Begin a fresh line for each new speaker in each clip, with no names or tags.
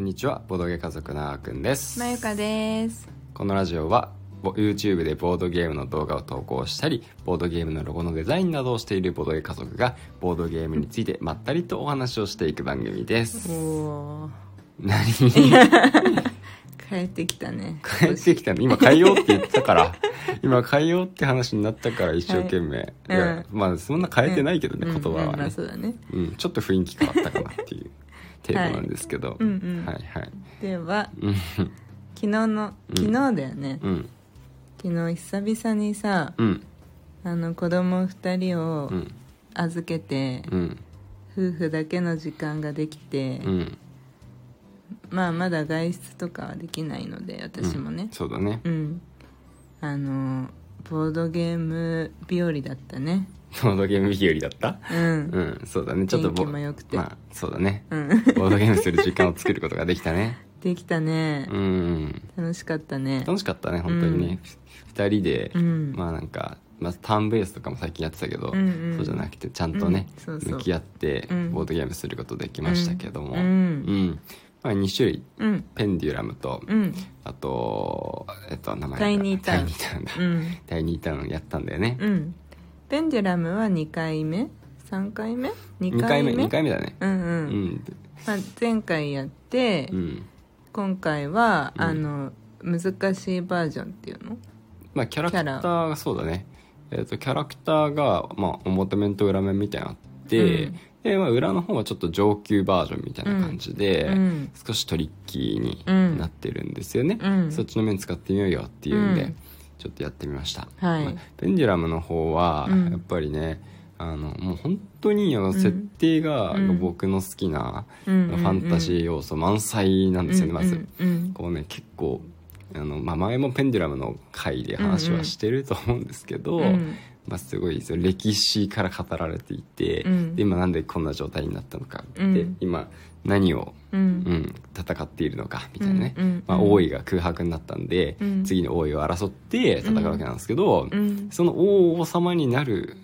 にちはボドゲ家族のあーくんです
まゆかです
このラジオはぼ YouTube でボードゲームの動画を投稿したりボードゲームのロゴのデザインなどをしているボードゲ家族がボードゲームについてまったりとお話をしていく番組です
おー
何
帰ってきたね
帰ってきたの今変えようって言ったから今変えようって話になったから一生懸命、いやまあそんな変えてないけどね、言葉
うんう
は
んまあ
ね、
そうだね
うん、ちょっと雰囲気変わったかなっていう程度なんですけど、
うんうん
はいはい
では
うん
昨日の昨日だよね、
うん
昨日久々にさ
うん
あの子供二人を
うん
預けて、
うん
夫婦だけの時間ができて、
うん
まあまだ外出とかはできないので私もね
そうだね
うん、あのボードゲーム日和だったね
ボードゲーム日和だった
うん
うんそうだねちょっとぼ
天気も良くて
まあそうだね
うん、
ボードゲームする時間を作ることができたね
できたね
う、ん
楽しかったね
楽しかったね本当に
うん
ね、二人で、
うん
まあなんか、まあ、ターンベースとかも最近やってたけど、
うんうん
そうじゃなくてちゃんとね、
うんそうそ
向
う
き合って
うん
ボードゲームすることできましたけども、
うん
うんまあ、2種類
うん
ペンデュラムと、
うん
あとえっと名前が
タイニータウ
タイ
ン
ニータウンだ、
うん
タイニータウンやったんだよね、
うんペンデュラムは2回目3回目
二
2
2
回
回
目
目二回目だね
うんう、
うんん
まあ、前回やって、
うん
今回は、
うん
あの難しいバージョンっていうの
まあキャラクターがそうだねえっ、とキャラクターが、まあ、表面と裏面みたいなのあって、
うん
で、まあ、裏の方はちょっと上級バージョンみたいな感じで、
うん
少しトリッキー
うん
になってるんですよね、
うん
そっちの面使ってみようよっていうんで、
うん
ちょっとやってみました、
はい
まあペンデュラムの方は
うん
やっぱりね、あのもう本当にあの設定が
うん
僕の好きな、
フ
ファンタジー要素満載なんですよね、まず、
うん
こうね結構あの、まあ、前もペンデュラムの回で話はしてると思うんですけど、
うんうん
まあ、すごいその歴史から語られていて、
うん
で今なんでこんな状態になったのか、
うん
で今何を、
うん
うん、戦っているのかみたいなね、
うんうんうん
まあ、王位が空白になったんで、
うん
次の王位を争って戦うわけなんですけど、
うん
その王様になる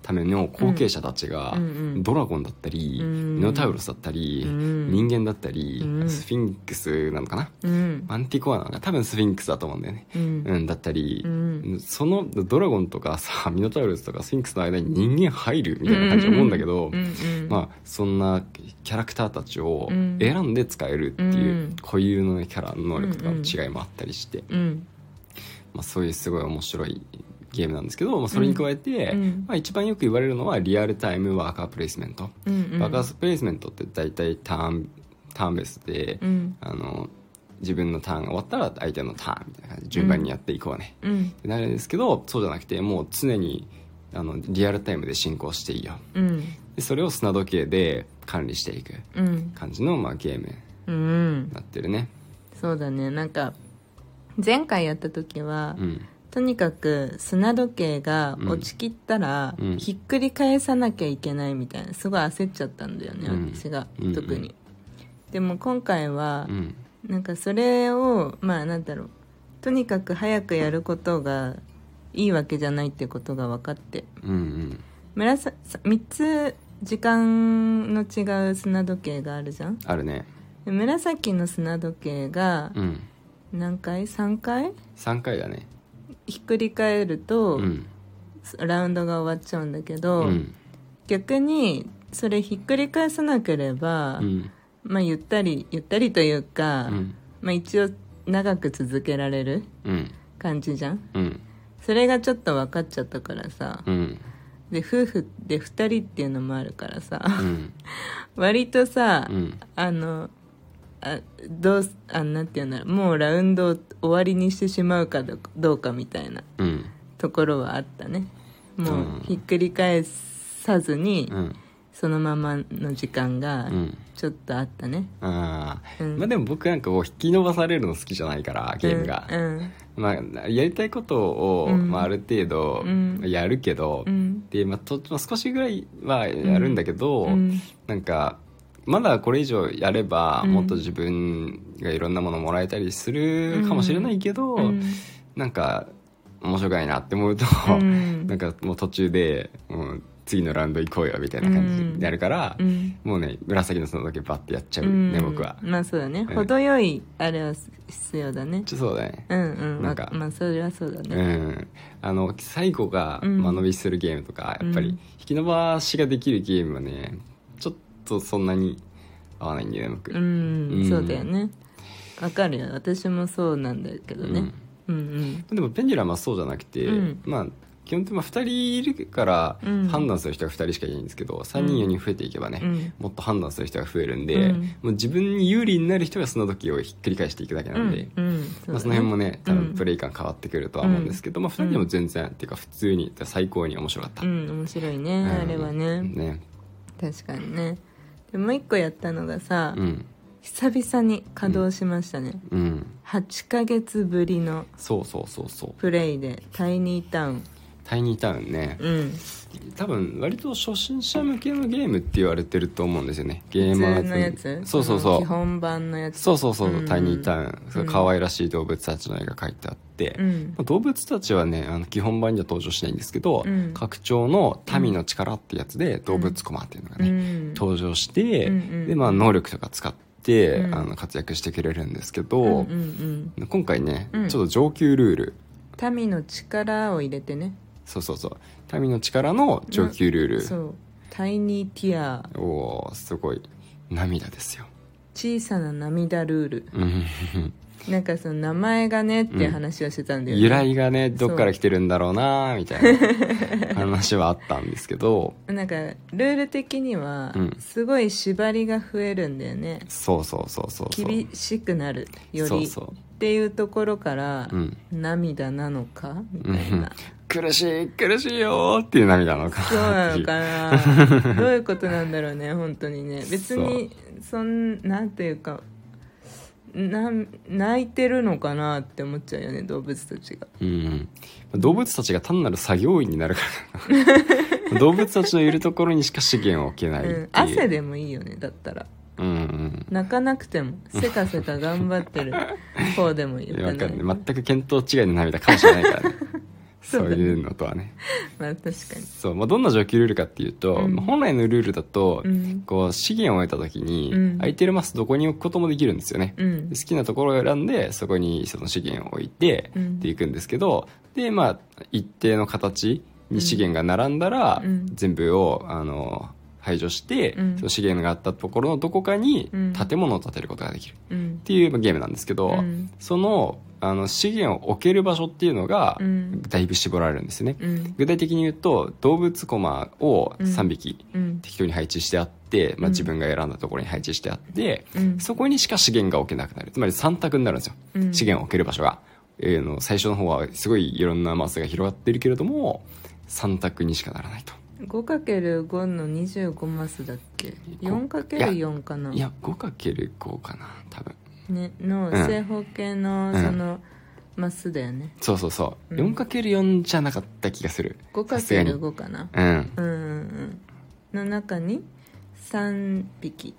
ための後継者たちが、
うんうん
ドラゴンだったり、
うん
ミノタウロスだったり、
うん
人間だったり、
うん
スフィンクスなのかな、
うん
マンティコアなのか多分スフィンクスだと思うんだよね、
うん
うん、だったり、
うん
そのドラゴンとかさミノタウロスとかスフィンクスの間に人間入るみたいな感じで思うんだけど、
うんうん
まあ、そんなキャラクターたちを
うん
選んで使えるっていう、
うん
固有の、ね、キャラの能力とかの違いもあったりして、
うん
まあ、そういうすごい面白いゲームなんですけど、まあ、それに加えて、
うん
まあ、一番よく言われるのはリアルタイムワーカープレイスメント、
うんうん
ワーカープレイスメントって大体ターンターンベースで、
うん
あの自分のターンが終わったら相手のターンみたいな感じで順番にやっていこうね、
うん
ってなるんですけどそうじゃなくてもう常にあのリアルタイムで進行していいよ
うん
でそれを砂時計で管理していく
うん
感じの、まあ、ゲームに
うん
なってるね
そうだねなんか前回やった時は、
うん
とにかく砂時計が落ちきったら、
うん
ひっくり返さなきゃいけないみたいなすごい焦っちゃったんだよね、
うん
私が
うんうん
特に、でも今回は
う、ん
なんかそれをまあなんだろうとにかく早くやることがいいわけじゃないってことが分かって
うんうん
紫3つ時間の違う砂時計があるじゃん
あるね
で紫の砂時計が
うん
何回3回
3回だね
ひっくり返ると、
うん
ラウンドが終わっちゃうんだけ
う
ど、
ん
逆にそれひっくり返さなければ、
うん
まあゆったりゆったりという
う
か、
ん
まあ一応長く続けられる
うん
感じじゃん
うん
それがちょっと分かっちゃったからさ、
うん
で夫婦で2人っていうのもあるからさ、
うん
割とさ、
うん
あのあどうすあなんて言うんだろうもうラウンドを終わりにしてしまうかどどうかみたいな
うん
ところはあったねも
うん
うひっくり返さずに、
うん
そのままの時間が
うん
ちょっとあったね、
ああ、
うん
まあでも僕なんかこう引き伸ばされるの好きじゃないからゲームが、
うん
まあ、やりたいことを、
うん
まあ、ある程度
うん
やるけど、
うん
でまあ、とまあ少しぐらいはやるんだけど、
うん
なんかまだこれ以上やれば、
うん
もっと自分がいろんなものもらえたりするかもしれないけど、
うん
なんか面白くないなって思うと、
うん
なんかもう途中で、うん次のラウンド行こうよみたいな感じになるから、
うん
もうね紫のそのだけバッてやっちゃう
うん
ね、僕は
まあそうだね
うん
程よいあれは必要だね
ちょそうだね
うんうん
なんか
まあそれはそうだ
う
ね
ん、あの最後が
うん
間延びするゲームとか、やっぱ
うん
り引き伸ばしができるゲームはねちょっとそんなに合わないんだよね僕、
うん、
うん
そうだよねわかるよ私もそうなんだけどね、うん、
でもペンデュラムはそうじゃなくて、
うん
まあ基本的にまあ2人いるから
うん
判断する人が2人しかいないんですけど、3人4人増えていけばね、
うん
もっと判断する人が増えるんで、
うん
もう自分に有利になる人がその時をひっくり返していくだけ
う
なんんで、
うんうん
まあ、その辺もね多
う
分
ん
プレイ感変わってくるとは思うんですけど、まあ、2人でも全然、っていうか普通に最高に面白かった、
うん面白い
う
ね、
ん
あれはね
ね
確かにねでもう一個やったのがさ、
うん
久々に稼働しましたね、
うん
8ヶ月ぶりの
そうそうそうそう
プレイでタイニータウン
タイニータウンね
うん
多分割と初心者向けのゲームって言われてると思うんですよねゲーマー
普通のやつ
そうそう
の
そう
基本版のやつ
そうそうそう、
うん
タイニータウンそう
うん
可愛らしい動物たちの絵が描いてあって、
うん
まあ動物たちはねあの基本版には登場しないんですけど、
うん
拡張の「民の力」ってやつで動物コマっていうのがね、
うん
登場して、
うんうん
でまあ能力とか使って、
うん
あの活躍してくれるんですけ
うん
ど、
うん
今回ね、
うん
ちょっと上級ルール
うん民の力を入れてね
そうそうそう民の力の上級ルール、
そうタイニーティア
おーすごい涙ですよ、
小さな涙ルール
うん
なんかその名前がねっていう話をしてたんだよね、
由来がねどっから来てるんだろうなみたい な話はあったんですけど
なんかルール的には
うん
すごい縛りが増えるんだよね、
そうそうそうそうそう
厳しくなるより
そうそう
っていうところから、
うん
涙なのかみた
う
い
ん
な、
苦しい苦しいよーっていう涙なのか
そうなの かなどういうことなんだろうね本当にね別にそんなんていうかなん泣いてるのかなって思っちゃうよね動物たちが
うん動物たちが単なる作業員になるから 動物たちのいるところにしか資源を置けないっていうう、
ん、汗でもいいよねだったら
うんうん
泣かなくてもせかせか頑 張ってる方でもいい
い
よ
やわかん
ねま
ない全く見当違いの涙かもしれない からね
そう
そ
だ
う
ね
いうのとはね
あ確かに
そう、まあ、どんな上級ルールかっていうと、
うん
まあ本来のルールだと、
うん
こう資源を得た時に、
うん
空いてるマスどこに置くこともできるんですよね、
うん
で好きなところを選んでそこにその資源を置いて、
うん
でいくんですけどでまあ一定の形に資源が並んだら、
うん
全部をあの排除して、
うん
その資源があったところのどこかに
うん
建物を建てることができるっ
うん
ていうまあゲームなんですけど、
うん
そのあの資源を置ける場所っていうのが
うん
だいぶ絞られるんですよね。
うん
具体的に言うと動物コマを3匹
うん
適当に配置してあって、ま
うん
あ、自分が選んだところに配置してあって、
うん
そこにしか資源が置けなくなるつまり3択になるんですよ、
うん
資源を置ける場所が、えーの最初の方はすごいいろんなマスが広がってるけれども3択にしかならないと
5×5 の25マスだっけ 4×4 かない
や 5×5 かな多分
ね、の
うん
正方形の
うん
そのマスだよね、
そうそうそう、
うん
4×4 じゃなかった気がするさすがに
5×5 かな
うん
うんうんうんの中に3匹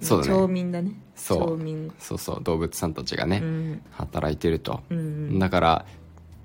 そうだね
町民だね
そう
町民
そうそう動物さんたちがね、
うん
働いてると
うんうん
だから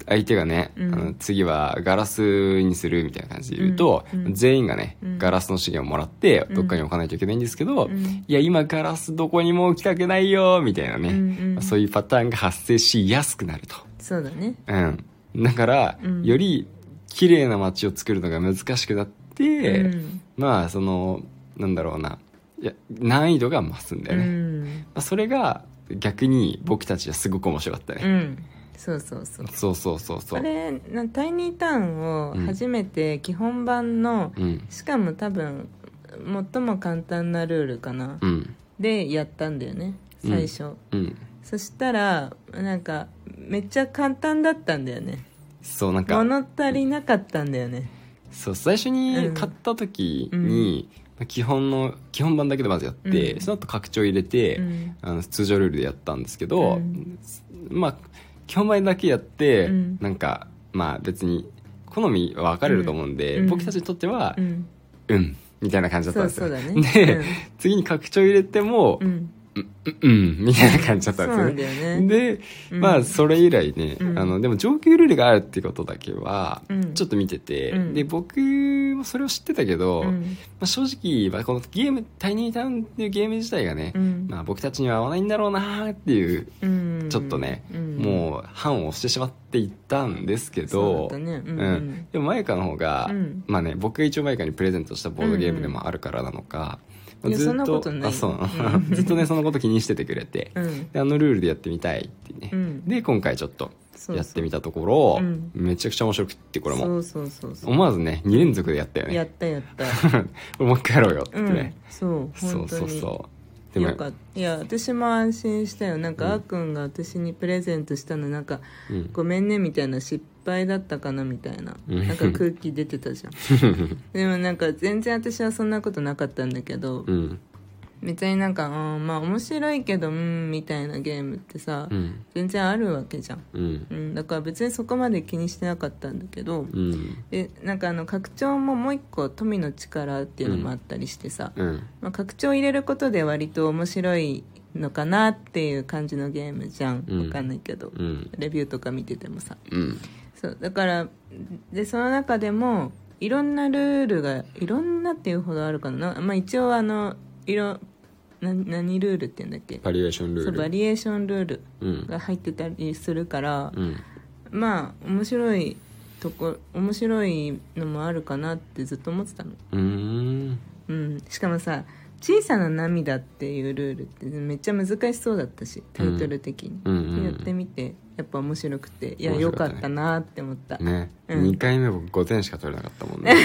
相手がね、
うん
あの次はガラスにするみたいな感じで言うと、
うんうん
全員がね、
うん
ガラスの資源をもらって
うん
どっかに置かないといけないんですけど、
うん
いや今ガラスどこにも置きたくないよみたいなね、
うんうん
そういうパターンが発生しやすくなると、
そうだね
うん、だから、
うん
より綺麗な街を作るのが難しくなって、
うん
まあそのなんだろうないや難易度が増すんだ
う
よね、ま
ん
あ、それが逆に僕たちはすごく面白かった
う
ね、
んそうそうそう
そうそうそうそう
あれなタイニータウンを
うん
初めて基本版の、
うん
しかも多分最も簡単なルールかな、
うん
でやったんだよね
うん
最初、
うん
そしたらなんかめっちゃ簡単だったんだよね
そうなんか
物足りなかったんだよね
そう最初
う
に
ん
買った時に、基本の基本版だけでまずやって、
うん
その後拡張入れて、
うん
あの通常ルールでやったんですけど、
うん
まあ基本版だけやって、
うん
なんかまあ別に好みは分かれると思うんで、
うん
僕たちにとっては
う、ん
うんみたいな感じだった
そ
ん
う
です
そう
よ
だね
で、次に拡張入れても、
うん
うんうんみたいな感じだっ
そう
たん
なん
で
だよ
すよ
ね
ねで
うん
まあそれ以来ね、
うん
あのでも上級ルールがあるってことだけは
うん
ちょっと見てて、
うん
で僕もそれを知ってたけど、
う
ま
ん
あ、正直、まあ、このゲーム「タイニータウン」っていうゲーム自体がね、
うん
まあ、僕たちには合わないんだろうなーっていう、
うん
ちょっとね、
うん
もう判をしてしまっていったんですけ
そう
ど
だったねう
うんんでもマユカの方が、
うん
まあね僕が一応マユカにプレゼントしたボードゲームでもあるからなのか、
うんいや
ず
そ
っ
んなこととない
あそう
うん
ずっとねそのこと気にしててくれて、
うん
であのルールでやってみたいってね、
うん
で今回ちょっと
そうそう
やってみたところ
うん
めちゃくちゃ面白くってこれも
そうそうそうそう
思わずね2連続でやったよね
やったやった
こ れもう一回やろうよって
うん
ね、
そう
そ
本
うそうそうでも
よかったいや私も安心したよなんか、
うん
あーくんが私にプレゼントしたのなんか
うん
ごめんねみたいな失敗だったかなみたいな
うん
なんか空気出てた じゃんでもなんか全然私はそんなことなかったんだけど、
うん
別になんかあーまあ面白いけどうんみたいなゲームってさ、
うん
全然あるわけじゃん、
うん
うん、だから別にそこまで気にしてなかったんだけど、
うん
でなんかあの拡張ももう一個「富の力」っていうのもあったりしてさ、
うん
まあ、拡張入れることで割と面白いのかなっていう感じのゲームじゃん
うん
分かんないけど、
うん
レビューとか見ててもさ
うん
そうだからでその中でもいろんなルールがいろんなっていうほどあるかな、なまあ、一応あのいろな何ルールって言うんだっけ
バリエーションルー
そう
ル
バリエーションルール
うん
が入ってたりするから、
うん
まあ面白いとこ面白いのもあるかなってずっと思ってたの
うーん
うん、しかもさ「小さな涙」っていうルールってめっちゃ難しそうだったしタイトル的に、
うんうんうん
やってみてやっぱ面白くていや
面白
よ
か
か
ったね
ったなって思った、
ね、
うん
二2回目僕5点しか取れなかったもん ね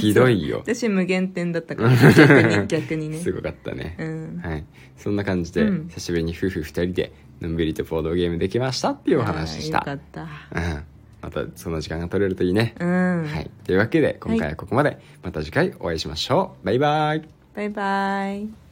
ひどいよ
私無限点だった から逆に逆にね
すごかったね、
うん、
はい、そんな感じで、
うん
久しぶりに夫婦2人でのんびりとボードゲームできましたっていうお話でし
あー
た、
よかっ
うん、またその時間が取れるといいね、
たうん、
はい、というわけで今回はここまで、また次回お会いしましょうバイバイ
バイバイ